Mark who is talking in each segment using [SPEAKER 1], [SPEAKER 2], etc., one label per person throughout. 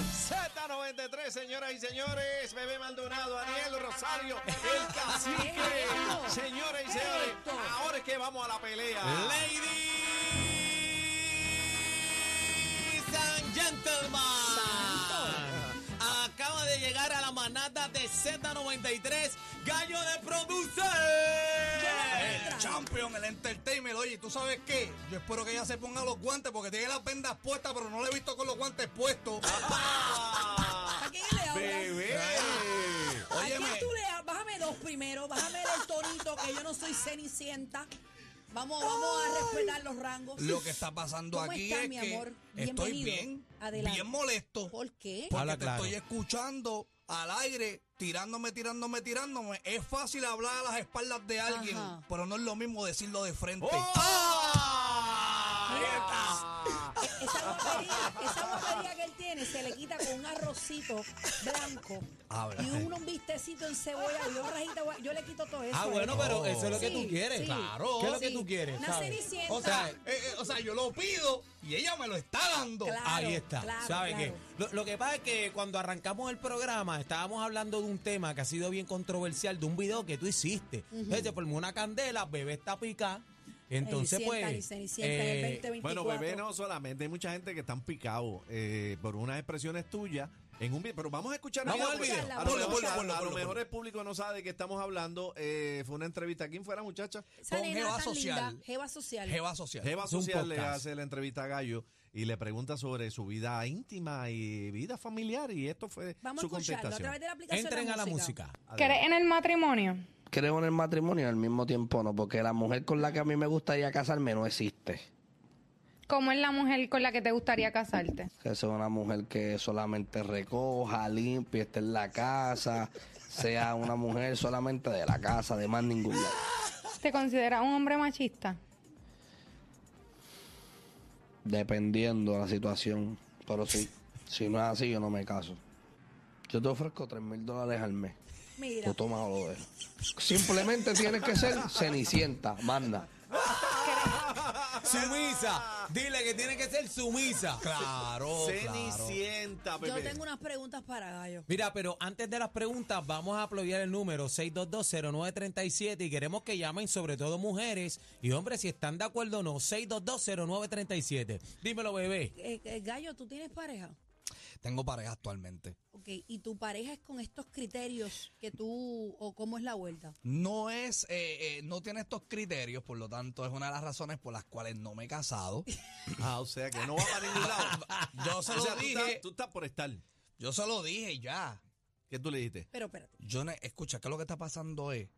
[SPEAKER 1] Z93, señoras y señores, Bebé Maldonado, Daniel Rosario, el cacique. Señoras y señores, ahora es que vamos a la pelea.
[SPEAKER 2] Ladies and gentlemen, acaba de llegar a la manada de Z93, Gallo de Producer.
[SPEAKER 3] El champion, el entertainment. Oye, ¿tú sabes qué? Yo espero que ella se ponga los guantes porque tiene las vendas puestas, pero no la he visto con los guantes puestos.
[SPEAKER 4] ¿A quién le hablas? ¿A quién
[SPEAKER 3] Óyeme.
[SPEAKER 4] tú le hablas? Bájame dos primero, bájame el tonito, que yo no soy cenicienta. Vamos, vamos a respetar los rangos.
[SPEAKER 3] Lo que está pasando
[SPEAKER 4] ¿Cómo
[SPEAKER 3] aquí
[SPEAKER 4] está,
[SPEAKER 3] es
[SPEAKER 4] mi
[SPEAKER 3] que
[SPEAKER 4] amor?
[SPEAKER 3] estoy
[SPEAKER 4] Bienvenido.
[SPEAKER 3] bien,
[SPEAKER 4] Adelante.
[SPEAKER 3] bien molesto
[SPEAKER 4] ¿Por qué?
[SPEAKER 3] porque
[SPEAKER 2] Habla
[SPEAKER 3] te
[SPEAKER 2] claro.
[SPEAKER 3] estoy escuchando al aire, tirándome, tirándome, tirándome. Es fácil hablar a las espaldas de alguien,
[SPEAKER 4] Ajá.
[SPEAKER 3] pero no es lo mismo decirlo de
[SPEAKER 1] ¡Oh!
[SPEAKER 3] frente.
[SPEAKER 2] Oh,
[SPEAKER 4] Esa bobería, esa bobería que él tiene se le quita con un arrocito blanco
[SPEAKER 3] Habla.
[SPEAKER 4] y un, un vistecito en cebolla y dos rajitas. de guay- Yo le quito todo eso.
[SPEAKER 2] Ah,
[SPEAKER 4] a él.
[SPEAKER 2] bueno, pero eso es lo que
[SPEAKER 4] Sí,
[SPEAKER 2] tú quieres.
[SPEAKER 4] sí.
[SPEAKER 2] Claro. ¿Qué es lo que
[SPEAKER 4] Sí.
[SPEAKER 2] tú quieres?
[SPEAKER 4] Una
[SPEAKER 2] sabes?
[SPEAKER 4] cenicienta.
[SPEAKER 2] O sea,
[SPEAKER 3] Eh, eh, o sea, yo lo pido y ella me lo está dando.
[SPEAKER 4] Claro.
[SPEAKER 2] Ahí está.
[SPEAKER 4] claro,
[SPEAKER 2] ¿Sabe
[SPEAKER 4] claro.
[SPEAKER 2] qué? Lo, lo que pasa es que cuando arrancamos el programa estábamos hablando de un tema que ha sido bien controversial, de un video que tú hiciste. Entonces se formó una candela, bebé está pica. Entonces,
[SPEAKER 4] Cenicienta, y
[SPEAKER 2] pues.
[SPEAKER 4] Cenicienta en el
[SPEAKER 2] eh,
[SPEAKER 1] Bueno,
[SPEAKER 4] 2024.
[SPEAKER 1] bebé, no solamente. Hay mucha gente que están picados eh, por unas expresiones tuyas en un video. Pero vamos a escuchar el
[SPEAKER 2] Vamos al
[SPEAKER 1] porque
[SPEAKER 2] video.
[SPEAKER 1] A lo
[SPEAKER 3] Ponlo,
[SPEAKER 1] mejor,
[SPEAKER 3] ponlo, ponlo,
[SPEAKER 1] a lo
[SPEAKER 3] ponlo,
[SPEAKER 1] mejor
[SPEAKER 3] ponlo.
[SPEAKER 1] el público no sabe de qué estamos hablando. Eh, fue una entrevista. ¿Quién fue la muchacha?
[SPEAKER 4] Esa
[SPEAKER 3] Con
[SPEAKER 4] nena
[SPEAKER 3] jeva
[SPEAKER 4] tan
[SPEAKER 3] social.
[SPEAKER 4] linda, Jeva social.
[SPEAKER 3] Jeva social.
[SPEAKER 1] Jeva
[SPEAKER 2] Es un
[SPEAKER 1] Social le
[SPEAKER 2] podcast.
[SPEAKER 1] hace la entrevista a Gallo y le pregunta sobre su vida íntima y vida familiar. Y esto fue
[SPEAKER 4] Vamos a
[SPEAKER 1] su
[SPEAKER 4] escucharlo a
[SPEAKER 1] contestación.
[SPEAKER 4] través de la aplicación.
[SPEAKER 2] entren a la música.
[SPEAKER 5] ¿Crees en el matrimonio?
[SPEAKER 6] Creo en el matrimonio y al mismo tiempo no, porque la mujer con la que a mí me gustaría casarme no existe.
[SPEAKER 5] ¿Cómo es la mujer con la que te gustaría casarte?
[SPEAKER 6] Que sea una mujer que solamente recoja, limpie, esté en la casa, sea una mujer solamente de la casa, de más ningún lado.
[SPEAKER 5] ¿Te consideras un hombre machista?
[SPEAKER 6] Dependiendo de la situación, pero sí, si no es así yo no me caso. Yo te ofrezco tres mil dólares al mes,
[SPEAKER 4] Mira,
[SPEAKER 6] tú tomas o lo dejas. Simplemente tienes que ser cenicienta, manda.
[SPEAKER 2] Sumisa. Dile que tiene que ser sumisa.
[SPEAKER 3] Oh,
[SPEAKER 2] Claro.
[SPEAKER 1] Cenicienta,
[SPEAKER 4] yo
[SPEAKER 1] bebé.
[SPEAKER 4] tengo unas preguntas para Gallo.
[SPEAKER 2] Mira, pero antes de las preguntas, vamos a apoyar el número 6220937 y queremos que llamen sobre todo mujeres y hombres si están de acuerdo o no. 6220937. Dímelo, bebé.
[SPEAKER 4] Eh, eh, Gallo, ¿tú tienes pareja?
[SPEAKER 3] Tengo pareja actualmente.
[SPEAKER 4] Ok, ¿y tu pareja es con estos criterios que tú, o cómo es la vuelta?
[SPEAKER 3] no es, eh, eh, no tiene estos criterios, por lo tanto es una de las razones por las cuales no me he casado.
[SPEAKER 1] Ah, o sea que no va para ningún lado.
[SPEAKER 3] Yo se
[SPEAKER 1] o
[SPEAKER 3] lo
[SPEAKER 1] sea, tú
[SPEAKER 3] dije,
[SPEAKER 1] estás, tú estás por estar.
[SPEAKER 3] yo se lo dije ya.
[SPEAKER 1] ¿Qué tú le dijiste?
[SPEAKER 4] Pero espérate,
[SPEAKER 3] Yo no- escucha, que lo que está pasando es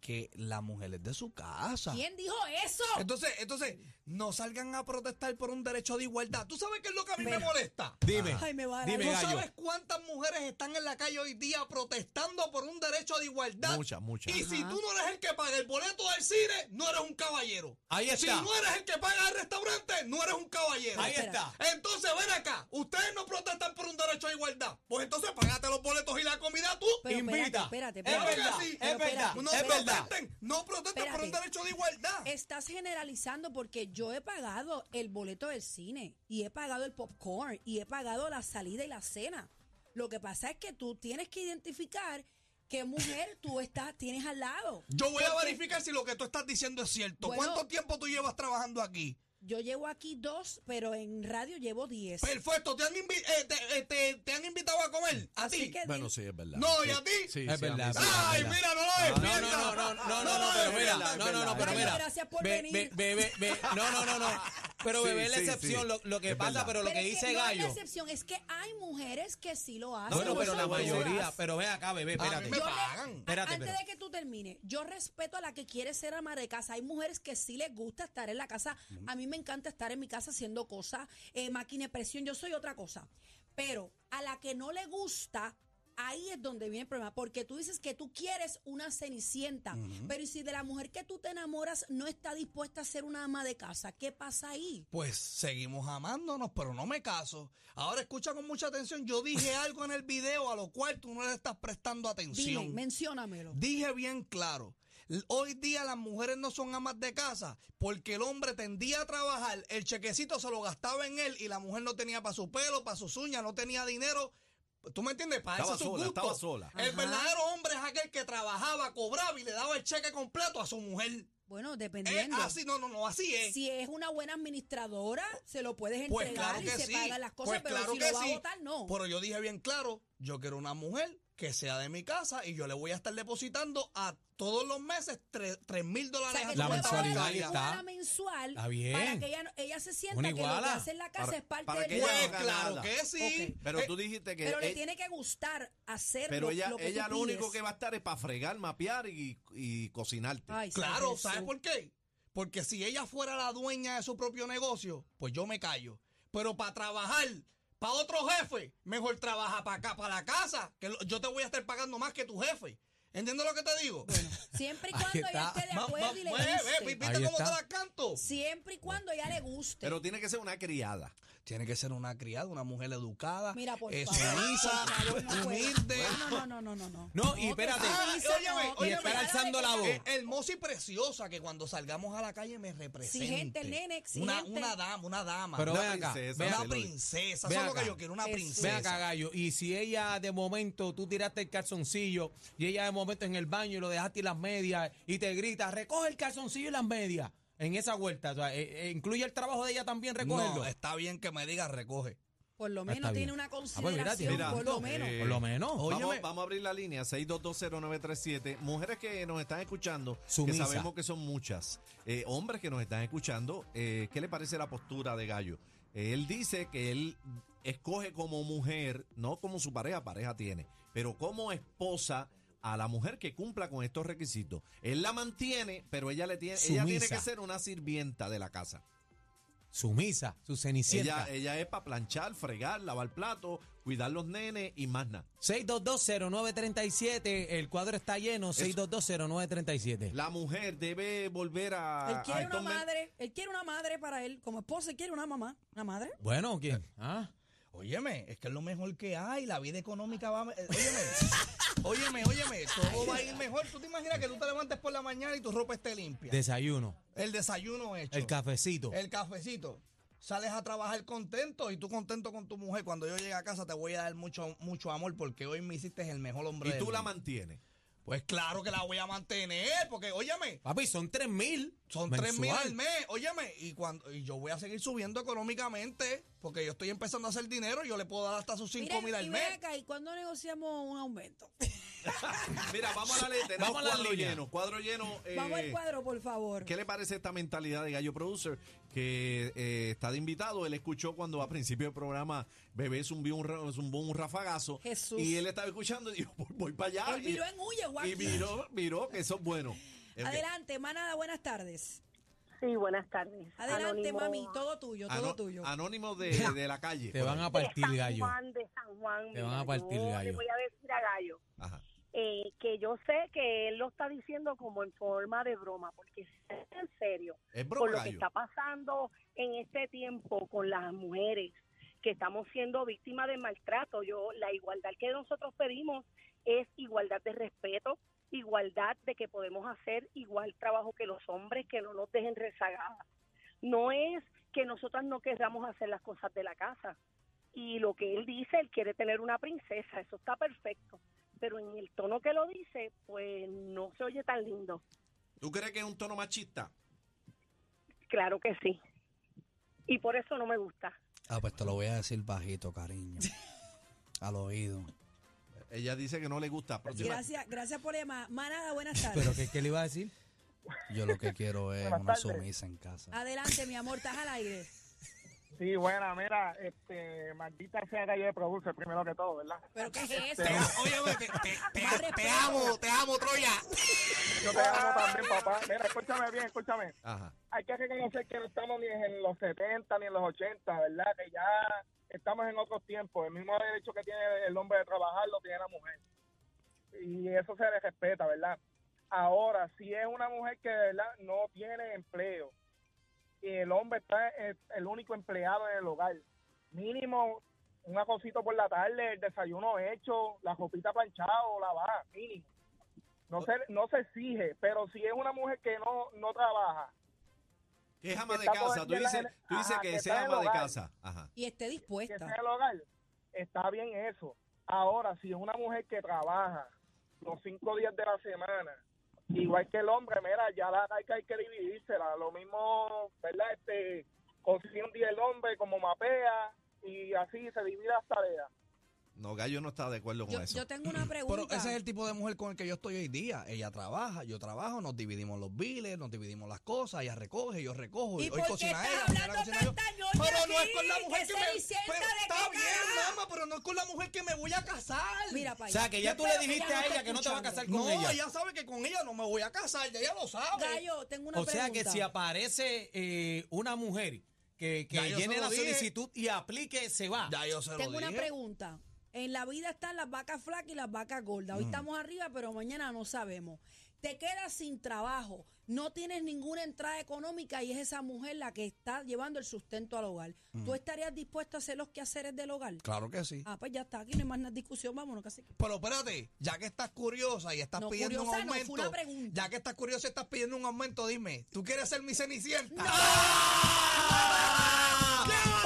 [SPEAKER 3] que la mujer es de su casa.
[SPEAKER 4] ¿quién dijo eso?
[SPEAKER 2] Eh,
[SPEAKER 3] Entonces, entonces, no salgan a protestar por un derecho de igualdad. ¿Tú sabes qué es lo que a mí me molesta?
[SPEAKER 2] Dime.
[SPEAKER 4] Ay, me va a dar
[SPEAKER 2] dime,
[SPEAKER 3] ¿Tú
[SPEAKER 2] gallo.
[SPEAKER 3] sabes cuántas mujeres están en la calle hoy día protestando por un derecho de igualdad?
[SPEAKER 1] Muchas, muchas.
[SPEAKER 3] Y si tú no eres el que paga el boleto del cine, no eres un caballero.
[SPEAKER 2] Ahí
[SPEAKER 3] Si
[SPEAKER 2] está.
[SPEAKER 3] no eres el que paga el restaurante, no eres un caballero.
[SPEAKER 2] Ahí está.
[SPEAKER 3] Entonces, ven acá. Ustedes no protestan por igualdad. Pues entonces pagate los boletos y la comida tú.
[SPEAKER 4] Pero
[SPEAKER 7] Invita.
[SPEAKER 4] espérate, espérate,
[SPEAKER 7] Es
[SPEAKER 4] espérate.
[SPEAKER 3] verdad,
[SPEAKER 4] Pero
[SPEAKER 3] es
[SPEAKER 4] espérate,
[SPEAKER 7] verdad,
[SPEAKER 4] pero
[SPEAKER 3] no
[SPEAKER 7] es
[SPEAKER 4] espérate.
[SPEAKER 7] verdad.
[SPEAKER 3] protesten, no protesten por un
[SPEAKER 4] Espérate.
[SPEAKER 3] derecho de igualdad.
[SPEAKER 4] Estás generalizando porque yo he pagado el boleto del cine y he pagado el popcorn y he pagado la salida y la cena. Lo que pasa es que tú tienes que identificar qué mujer tú estás tienes al lado.
[SPEAKER 3] Yo voy a
[SPEAKER 4] Porque
[SPEAKER 3] verificar si lo que tú estás diciendo es cierto.
[SPEAKER 4] Bueno.
[SPEAKER 3] ¿Cuánto tiempo tú llevas trabajando aquí?
[SPEAKER 4] Yo llevo aquí dos, pero en radio llevo diez.
[SPEAKER 3] Perfecto, te han, invi- eh, te, eh, te- te han invitado a comer. A
[SPEAKER 4] Así
[SPEAKER 3] ti.
[SPEAKER 4] que
[SPEAKER 1] Bueno,
[SPEAKER 4] di-
[SPEAKER 1] sí, es verdad.
[SPEAKER 3] No, ¿y
[SPEAKER 1] Sí,
[SPEAKER 3] a ti?
[SPEAKER 1] Sí,
[SPEAKER 7] Es
[SPEAKER 1] sí, a mí
[SPEAKER 7] verdad,
[SPEAKER 1] sí.
[SPEAKER 7] es verdad.
[SPEAKER 3] Ay, mira, no lo
[SPEAKER 7] No,
[SPEAKER 3] defiendas.
[SPEAKER 7] no, no, no, no, no, no,
[SPEAKER 3] lo
[SPEAKER 7] pero
[SPEAKER 3] defiendas.
[SPEAKER 7] mira, no, no, no, pero
[SPEAKER 4] Ay,
[SPEAKER 7] mira.
[SPEAKER 4] gracias por
[SPEAKER 7] Ve-
[SPEAKER 4] venir.
[SPEAKER 7] ve- ve- ve- no, no, no, no. Pero
[SPEAKER 1] Sí,
[SPEAKER 7] bebé la
[SPEAKER 1] sí,
[SPEAKER 7] excepción,
[SPEAKER 1] sí.
[SPEAKER 7] lo, lo que
[SPEAKER 1] Es
[SPEAKER 7] pasa,
[SPEAKER 1] verdad.
[SPEAKER 7] pero lo
[SPEAKER 4] Pero
[SPEAKER 7] que
[SPEAKER 4] es
[SPEAKER 7] dice
[SPEAKER 4] no es la
[SPEAKER 7] Gallo.
[SPEAKER 4] excepción, es que hay mujeres que sí lo hacen.
[SPEAKER 7] Bueno,
[SPEAKER 4] no
[SPEAKER 7] pero
[SPEAKER 4] son
[SPEAKER 7] la
[SPEAKER 4] todas.
[SPEAKER 7] mayoría, pero ven acá, bebé,
[SPEAKER 3] A mí
[SPEAKER 7] espérate.
[SPEAKER 3] me
[SPEAKER 4] Yo le-
[SPEAKER 3] pagan.
[SPEAKER 7] Espérate,
[SPEAKER 4] antes
[SPEAKER 7] espérate.
[SPEAKER 4] de que tú termines, yo respeto a la que quiere ser ama de casa. Hay mujeres que sí les gusta estar en la casa. A mí me encanta estar en mi casa haciendo cosas, eh, máquina de presión, yo soy otra cosa. Pero a la que no le gusta, ahí es donde viene el problema. Porque tú dices que tú quieres una cenicienta. Pero ¿y si de la mujer que tú te enamoras no está dispuesta a ser una ama de casa? ¿Qué pasa ahí?
[SPEAKER 3] Pues seguimos amándonos, pero no me caso. Ahora escucha con mucha atención. Yo dije algo en el video a lo cual tú no le estás prestando atención.
[SPEAKER 4] Dime, menciónamelo.
[SPEAKER 3] Dije bien claro. l- Hoy día las mujeres no son amas de casa porque el hombre tendía a trabajar, el chequecito se lo gastaba en él y la mujer no tenía para su pelo, para sus uñas, no tenía dinero. ¿Tú me entiendes? Para
[SPEAKER 1] Estaba
[SPEAKER 3] eso
[SPEAKER 1] sola, estaba sola.
[SPEAKER 3] El
[SPEAKER 4] Ajá.
[SPEAKER 3] verdadero hombre es aquel que trabajaba, cobraba y le daba el cheque completo a su mujer.
[SPEAKER 4] Bueno,
[SPEAKER 3] Es
[SPEAKER 4] dependiendo.
[SPEAKER 3] así, no, no, no, así es.
[SPEAKER 4] Si es una buena administradora, se lo puedes
[SPEAKER 3] Pues
[SPEAKER 4] entregar
[SPEAKER 3] claro
[SPEAKER 4] y
[SPEAKER 3] que
[SPEAKER 4] se
[SPEAKER 3] sí.
[SPEAKER 4] pagan las cosas,
[SPEAKER 3] Pues
[SPEAKER 4] pero
[SPEAKER 3] claro
[SPEAKER 4] si
[SPEAKER 3] que
[SPEAKER 4] lo va
[SPEAKER 3] sí.
[SPEAKER 4] a votar, no.
[SPEAKER 3] Pero yo dije bien claro, yo quiero una mujer que sea de mi casa y yo le voy a estar depositando a todos los meses tre- tres mil
[SPEAKER 4] O
[SPEAKER 3] dólares
[SPEAKER 4] sea,
[SPEAKER 3] a
[SPEAKER 4] que
[SPEAKER 3] tu
[SPEAKER 7] La
[SPEAKER 4] tú le vas a dar
[SPEAKER 7] mensualidad
[SPEAKER 4] una
[SPEAKER 7] ahí
[SPEAKER 4] iguala
[SPEAKER 7] está.
[SPEAKER 4] mensual
[SPEAKER 7] Está bien.
[SPEAKER 4] para que ella, no- ella se sienta
[SPEAKER 7] Una
[SPEAKER 4] que lo que
[SPEAKER 7] iguala.
[SPEAKER 4] hace en la casa
[SPEAKER 1] Para-
[SPEAKER 4] es parte
[SPEAKER 1] para
[SPEAKER 4] del
[SPEAKER 1] que
[SPEAKER 4] de
[SPEAKER 1] ella
[SPEAKER 3] Pues
[SPEAKER 1] no haga
[SPEAKER 3] claro
[SPEAKER 1] nada.
[SPEAKER 3] que sí.
[SPEAKER 4] Ok.
[SPEAKER 1] Pero
[SPEAKER 3] Eh,
[SPEAKER 1] tú dijiste que.
[SPEAKER 4] Pero le
[SPEAKER 1] eh,
[SPEAKER 4] tiene que gustar hacer
[SPEAKER 1] pero
[SPEAKER 4] lo,
[SPEAKER 1] ella,
[SPEAKER 4] lo que
[SPEAKER 1] ella
[SPEAKER 4] tú
[SPEAKER 1] lo único que
[SPEAKER 4] pides.
[SPEAKER 1] va a estar es para fregar, mapear y, y cocinarte.
[SPEAKER 4] Ay, San
[SPEAKER 3] Claro,
[SPEAKER 4] Jesús.
[SPEAKER 3] ¿sabes por qué? Porque si ella fuera la dueña de su propio negocio, pues yo me callo. Pero para trabajar para otro jefe, mejor trabaja para acá, para la casa, que lo- yo te voy a estar pagando más que tu jefe. ¿Entiendes lo que te digo?
[SPEAKER 4] Siempre y
[SPEAKER 7] Ahí
[SPEAKER 4] cuando ella
[SPEAKER 7] está.
[SPEAKER 4] esté de
[SPEAKER 3] Ma- ma-
[SPEAKER 4] acuerdo y le
[SPEAKER 3] ve, ve,
[SPEAKER 4] guste.
[SPEAKER 3] ¿viste
[SPEAKER 7] Ahí
[SPEAKER 3] cómo te
[SPEAKER 7] está.
[SPEAKER 3] la canto?
[SPEAKER 4] Siempre y cuando ella le guste.
[SPEAKER 1] Pero tiene que ser una criada.
[SPEAKER 3] Tiene que ser una criada, una mujer educada,
[SPEAKER 4] Mira, por
[SPEAKER 3] eh,
[SPEAKER 4] favor,
[SPEAKER 3] sumisa,
[SPEAKER 4] por favor, no puedo.
[SPEAKER 3] humilde,
[SPEAKER 4] No, no, no, no, no, no.
[SPEAKER 7] No, y espérate.
[SPEAKER 4] que
[SPEAKER 3] Ah,
[SPEAKER 4] sumisa
[SPEAKER 3] óyeme,
[SPEAKER 4] no.
[SPEAKER 3] óyeme. Y espera
[SPEAKER 7] alzando la voz.
[SPEAKER 3] eh, hermosa y preciosa que cuando salgamos a la calle me represente.
[SPEAKER 4] Exigente, el nene,
[SPEAKER 3] Una,
[SPEAKER 4] exigente.
[SPEAKER 3] una dama, una dama.
[SPEAKER 7] Pero
[SPEAKER 3] una
[SPEAKER 7] ven acá,
[SPEAKER 3] princesa,
[SPEAKER 7] ven
[SPEAKER 3] una
[SPEAKER 1] acá.
[SPEAKER 3] princesa.
[SPEAKER 7] Ven
[SPEAKER 3] Eso es lo
[SPEAKER 7] acá.
[SPEAKER 3] que yo quiero, una
[SPEAKER 4] Jesús.
[SPEAKER 7] Ve
[SPEAKER 3] princesa.
[SPEAKER 7] acá, gallo. Y si ella de momento tú tiraste el calzoncillo y ella de momento en el baño y lo dejaste y las medias y te grita, recoge el calzoncillo y las medias en esa vuelta. o sea, eh, eh, incluye el trabajo de ella también recogerlo.
[SPEAKER 3] No, eh, está bien que me digas recoge.
[SPEAKER 4] Por lo menos
[SPEAKER 7] Está
[SPEAKER 4] tiene
[SPEAKER 7] bien.
[SPEAKER 4] una
[SPEAKER 7] Ah, pues mira,
[SPEAKER 4] consideración,
[SPEAKER 7] tiene un
[SPEAKER 4] por lo
[SPEAKER 7] punto.
[SPEAKER 4] menos.
[SPEAKER 1] Eh,
[SPEAKER 7] Por lo menos.
[SPEAKER 1] Vamos,
[SPEAKER 7] Óyeme.
[SPEAKER 1] vamos a abrir la línea 6220937. Mujeres que nos están escuchando, que
[SPEAKER 7] Sumisa.
[SPEAKER 1] sabemos que son muchas. Eh, hombres que nos están escuchando, eh, ¿qué le parece la postura de Gallo? Eh, él dice que él escoge como mujer, no como su pareja, pareja tiene, pero como esposa a la mujer que cumpla con estos requisitos. Él la mantiene, pero ella le tiene, ella tiene
[SPEAKER 7] Sumisa.
[SPEAKER 1] que ser una sirvienta de la casa.
[SPEAKER 7] Sumisa, su
[SPEAKER 1] Ella,
[SPEAKER 7] cenicienta.
[SPEAKER 3] eh,
[SPEAKER 1] ella es para planchar, fregar, lavar platos, cuidar los nenes y más nada.
[SPEAKER 7] 6220937, el cuadro está lleno, 6220937.
[SPEAKER 1] La mujer debe volver a.
[SPEAKER 4] Él
[SPEAKER 1] a
[SPEAKER 4] quiere una
[SPEAKER 1] estos men-
[SPEAKER 4] madre, él quiere una madre para él. Como esposa, él quiere una mamá, una madre.
[SPEAKER 7] Bueno,
[SPEAKER 3] Eh,
[SPEAKER 7] ¿quién? Ah,
[SPEAKER 3] Óyeme, es que es lo mejor que hay, la vida económica va... eh, Óyeme, óyeme, óyeme, todo va a ir mejor. ¿Tú te imaginas que tú te levantes por la mañana y tu ropa esté limpia?
[SPEAKER 7] desayuno,
[SPEAKER 3] el desayuno hecho.
[SPEAKER 7] el cafecito.
[SPEAKER 3] eh, El cafecito. Sales a trabajar contento y tú contento con tu mujer. Cuando yo llegue a casa te voy a dar mucho, mucho amor porque hoy me hiciste el mejor hombre.
[SPEAKER 1] Y
[SPEAKER 3] del
[SPEAKER 1] tú la
[SPEAKER 3] mundo.
[SPEAKER 1] mantienes.
[SPEAKER 3] Pues claro que la voy a mantener porque, óyeme,
[SPEAKER 7] Papi, son 3 mil.
[SPEAKER 3] son tres mil al mes, óyeme, y cuando y yo voy a seguir subiendo económicamente porque yo estoy empezando a hacer dinero y yo le puedo dar hasta sus cinco
[SPEAKER 4] Miren,
[SPEAKER 3] mil al
[SPEAKER 4] y ven
[SPEAKER 3] mes.
[SPEAKER 4] acá, ¿y cuándo negociamos un aumento?
[SPEAKER 1] Mira, vamos a la ley. Tenemos
[SPEAKER 7] Vamos a la
[SPEAKER 1] cuadro
[SPEAKER 7] línea.
[SPEAKER 1] lleno. Cuadro lleno. eh,
[SPEAKER 4] Vamos al cuadro, por favor.
[SPEAKER 1] ¿Qué le parece esta mentalidad de Gallo Producer que eh, está de invitado? Él escuchó cuando a principio del programa Bebé zumbió un, ra- zumbó un rafagazo.
[SPEAKER 4] Jesús.
[SPEAKER 1] Y él estaba escuchando y dijo, voy, voy para allá.
[SPEAKER 4] Él viró
[SPEAKER 1] y,
[SPEAKER 4] en huye, guapo.
[SPEAKER 1] y viró, viró, que eso es bueno. El que-
[SPEAKER 4] Adelante, manada, buenas tardes.
[SPEAKER 8] Sí, buenas tardes.
[SPEAKER 4] Adelante,
[SPEAKER 8] Anónimo
[SPEAKER 4] mami, todo tuyo, todo
[SPEAKER 1] ano-
[SPEAKER 4] tuyo.
[SPEAKER 1] Anónimo de, de la calle.
[SPEAKER 7] Te van a
[SPEAKER 8] de
[SPEAKER 7] partir,
[SPEAKER 8] San
[SPEAKER 7] gallo.
[SPEAKER 8] Juan, de San Juan.
[SPEAKER 7] Te van a
[SPEAKER 8] Mira,
[SPEAKER 7] partir,
[SPEAKER 8] yo
[SPEAKER 7] gallo.
[SPEAKER 8] Le voy a decir a Gallo
[SPEAKER 1] Ajá.
[SPEAKER 8] eh, que yo sé que él lo está diciendo como en forma de broma, porque si es en serio
[SPEAKER 1] Es
[SPEAKER 8] con
[SPEAKER 1] broma,
[SPEAKER 8] lo que
[SPEAKER 1] Gallo.
[SPEAKER 8] está pasando en este tiempo con las mujeres
[SPEAKER 9] que estamos siendo víctimas de maltrato. Yo, la igualdad que nosotros pedimos es igualdad de respeto, igualdad de que podemos hacer igual trabajo que los hombres, que no nos dejen rezagadas. No es que nosotras no queramos hacer las cosas de la casa. Y lo que él dice, él quiere tener una princesa, eso está perfecto. Pero en el tono que lo dice, pues no se oye tan lindo.
[SPEAKER 1] ¿Tú crees que es un tono machista?
[SPEAKER 9] Claro que sí. Y por eso no me gusta.
[SPEAKER 3] Ah, pues te lo voy a decir bajito, cariño. Al oído.
[SPEAKER 1] Ella dice que no le gusta. Próxima-
[SPEAKER 4] Gracias, gracias por llamar. Manada, buenas tardes.
[SPEAKER 7] ¿Pero qué, qué le iba a decir?
[SPEAKER 3] Yo lo que quiero es
[SPEAKER 8] Buenas
[SPEAKER 3] una
[SPEAKER 8] tardes.
[SPEAKER 3] sumisa en casa.
[SPEAKER 4] Adelante, mi amor, estás al aire.
[SPEAKER 8] Sí, buena, mira, este, maldita sea que yo produce primero que todo, ¿verdad?
[SPEAKER 4] ¿Pero qué es eso?
[SPEAKER 8] Te-
[SPEAKER 10] Oye, te, te- te-
[SPEAKER 4] Más
[SPEAKER 10] te
[SPEAKER 4] respeto.
[SPEAKER 10] amo, te amo, Troya.
[SPEAKER 8] Yo te amo también, papá. Mira, escúchame bien, escúchame.
[SPEAKER 1] Ajá.
[SPEAKER 8] Hay que reconocer que no estamos ni en los 70 ni en los 80, ¿verdad? Que ya estamos en otros tiempos. El mismo derecho que tiene el hombre de trabajar lo tiene la mujer. Y eso se le respeta, ¿verdad? Ahora, si es una mujer que, de verdad, no tiene empleo y el hombre está es el único empleado en el hogar, mínimo una cosita por la tarde, el desayuno hecho, la ropita planchada o lavada, mínimo. No se, no se exige, pero si es una mujer que no, no trabaja,
[SPEAKER 1] Que es ama
[SPEAKER 8] que
[SPEAKER 1] de
[SPEAKER 8] está
[SPEAKER 1] casa.
[SPEAKER 8] por-
[SPEAKER 1] Tú
[SPEAKER 8] que la-
[SPEAKER 1] dices, tú dices
[SPEAKER 8] ajá,
[SPEAKER 1] que,
[SPEAKER 8] que está
[SPEAKER 1] sea
[SPEAKER 8] en el
[SPEAKER 1] ama de
[SPEAKER 8] hogar.
[SPEAKER 1] casa. Ajá.
[SPEAKER 4] Y esté
[SPEAKER 8] que
[SPEAKER 4] dispuesta.
[SPEAKER 8] sea el hogar, está bien eso. Ahora, si es una mujer que trabaja los cinco días de la semana, igual que el hombre, mira, ya la hay que, hay que dividírsela. Lo mismo, ¿verdad? Este, consigue un día el hombre como mapea y así se divide las tareas.
[SPEAKER 1] No, Gallo no está de acuerdo con
[SPEAKER 4] Yo,
[SPEAKER 1] eso.
[SPEAKER 4] yo tengo una pregunta.
[SPEAKER 3] Pero ese es el tipo de mujer con el que yo estoy hoy día. Ella trabaja, yo trabajo, nos dividimos los biles, nos dividimos las cosas, ella recoge, yo recojo.
[SPEAKER 4] ¿Y
[SPEAKER 3] hoy
[SPEAKER 4] por qué
[SPEAKER 3] cocina
[SPEAKER 4] estás
[SPEAKER 3] ella, mañana
[SPEAKER 4] hablando
[SPEAKER 3] cocina yo.
[SPEAKER 4] tanta ñoña
[SPEAKER 3] Pero no es
[SPEAKER 4] aquí?
[SPEAKER 3] con la mujer
[SPEAKER 4] ¿Qué
[SPEAKER 3] que me.
[SPEAKER 4] cenicienta
[SPEAKER 3] Pero
[SPEAKER 4] de
[SPEAKER 3] está
[SPEAKER 4] qué carajo?
[SPEAKER 3] bien, mamá, pero no es con la mujer que me voy a casar.
[SPEAKER 4] Mira, pa'
[SPEAKER 7] O
[SPEAKER 4] allá.
[SPEAKER 7] sea, que ya
[SPEAKER 4] Yo
[SPEAKER 7] tú le
[SPEAKER 4] espero que
[SPEAKER 7] dijiste
[SPEAKER 4] ella
[SPEAKER 7] a
[SPEAKER 4] no
[SPEAKER 7] ella
[SPEAKER 4] esté
[SPEAKER 7] que no te va a casar
[SPEAKER 4] escuchando.
[SPEAKER 7] con
[SPEAKER 3] no,
[SPEAKER 7] ella.
[SPEAKER 3] sabe que con ella no me voy a casar, ya ella lo sabe.
[SPEAKER 4] Gallo, tengo una
[SPEAKER 7] O sea que
[SPEAKER 4] pregunta.
[SPEAKER 7] si aparece eh, una mujer que, que
[SPEAKER 3] Ya, yo
[SPEAKER 7] llene
[SPEAKER 3] se lo
[SPEAKER 7] la
[SPEAKER 3] dije.
[SPEAKER 7] solicitud y aplique, se va.
[SPEAKER 3] Ya yo se lo
[SPEAKER 4] Tengo una
[SPEAKER 3] dije.
[SPEAKER 4] pregunta. En la vida están las vacas flacas y las vacas gordas. Hoy
[SPEAKER 3] Mm.
[SPEAKER 4] estamos arriba, pero mañana no sabemos. Te quedas sin trabajo, no tienes ninguna entrada económica y es esa mujer la que está llevando el sustento al hogar. ¿Tú estarías dispuesto a hacer los quehaceres del hogar?
[SPEAKER 3] Mm. Claro que sí.
[SPEAKER 4] Ah, pues ya está, aquí no hay más nada de discusión, vámonos casi.
[SPEAKER 3] Pero espérate, ya que estás curiosa y estás
[SPEAKER 4] No,
[SPEAKER 3] pidiendo un
[SPEAKER 4] curiosa no, fue
[SPEAKER 3] aumento.
[SPEAKER 4] una pregunta.
[SPEAKER 3] Ya que estás curiosa y estás pidiendo un aumento, dime, ¿tú quieres ser mi cenicienta?
[SPEAKER 1] ¡Partida!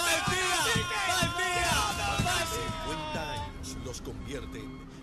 [SPEAKER 1] ¡Partida!
[SPEAKER 11] 50 años los convierten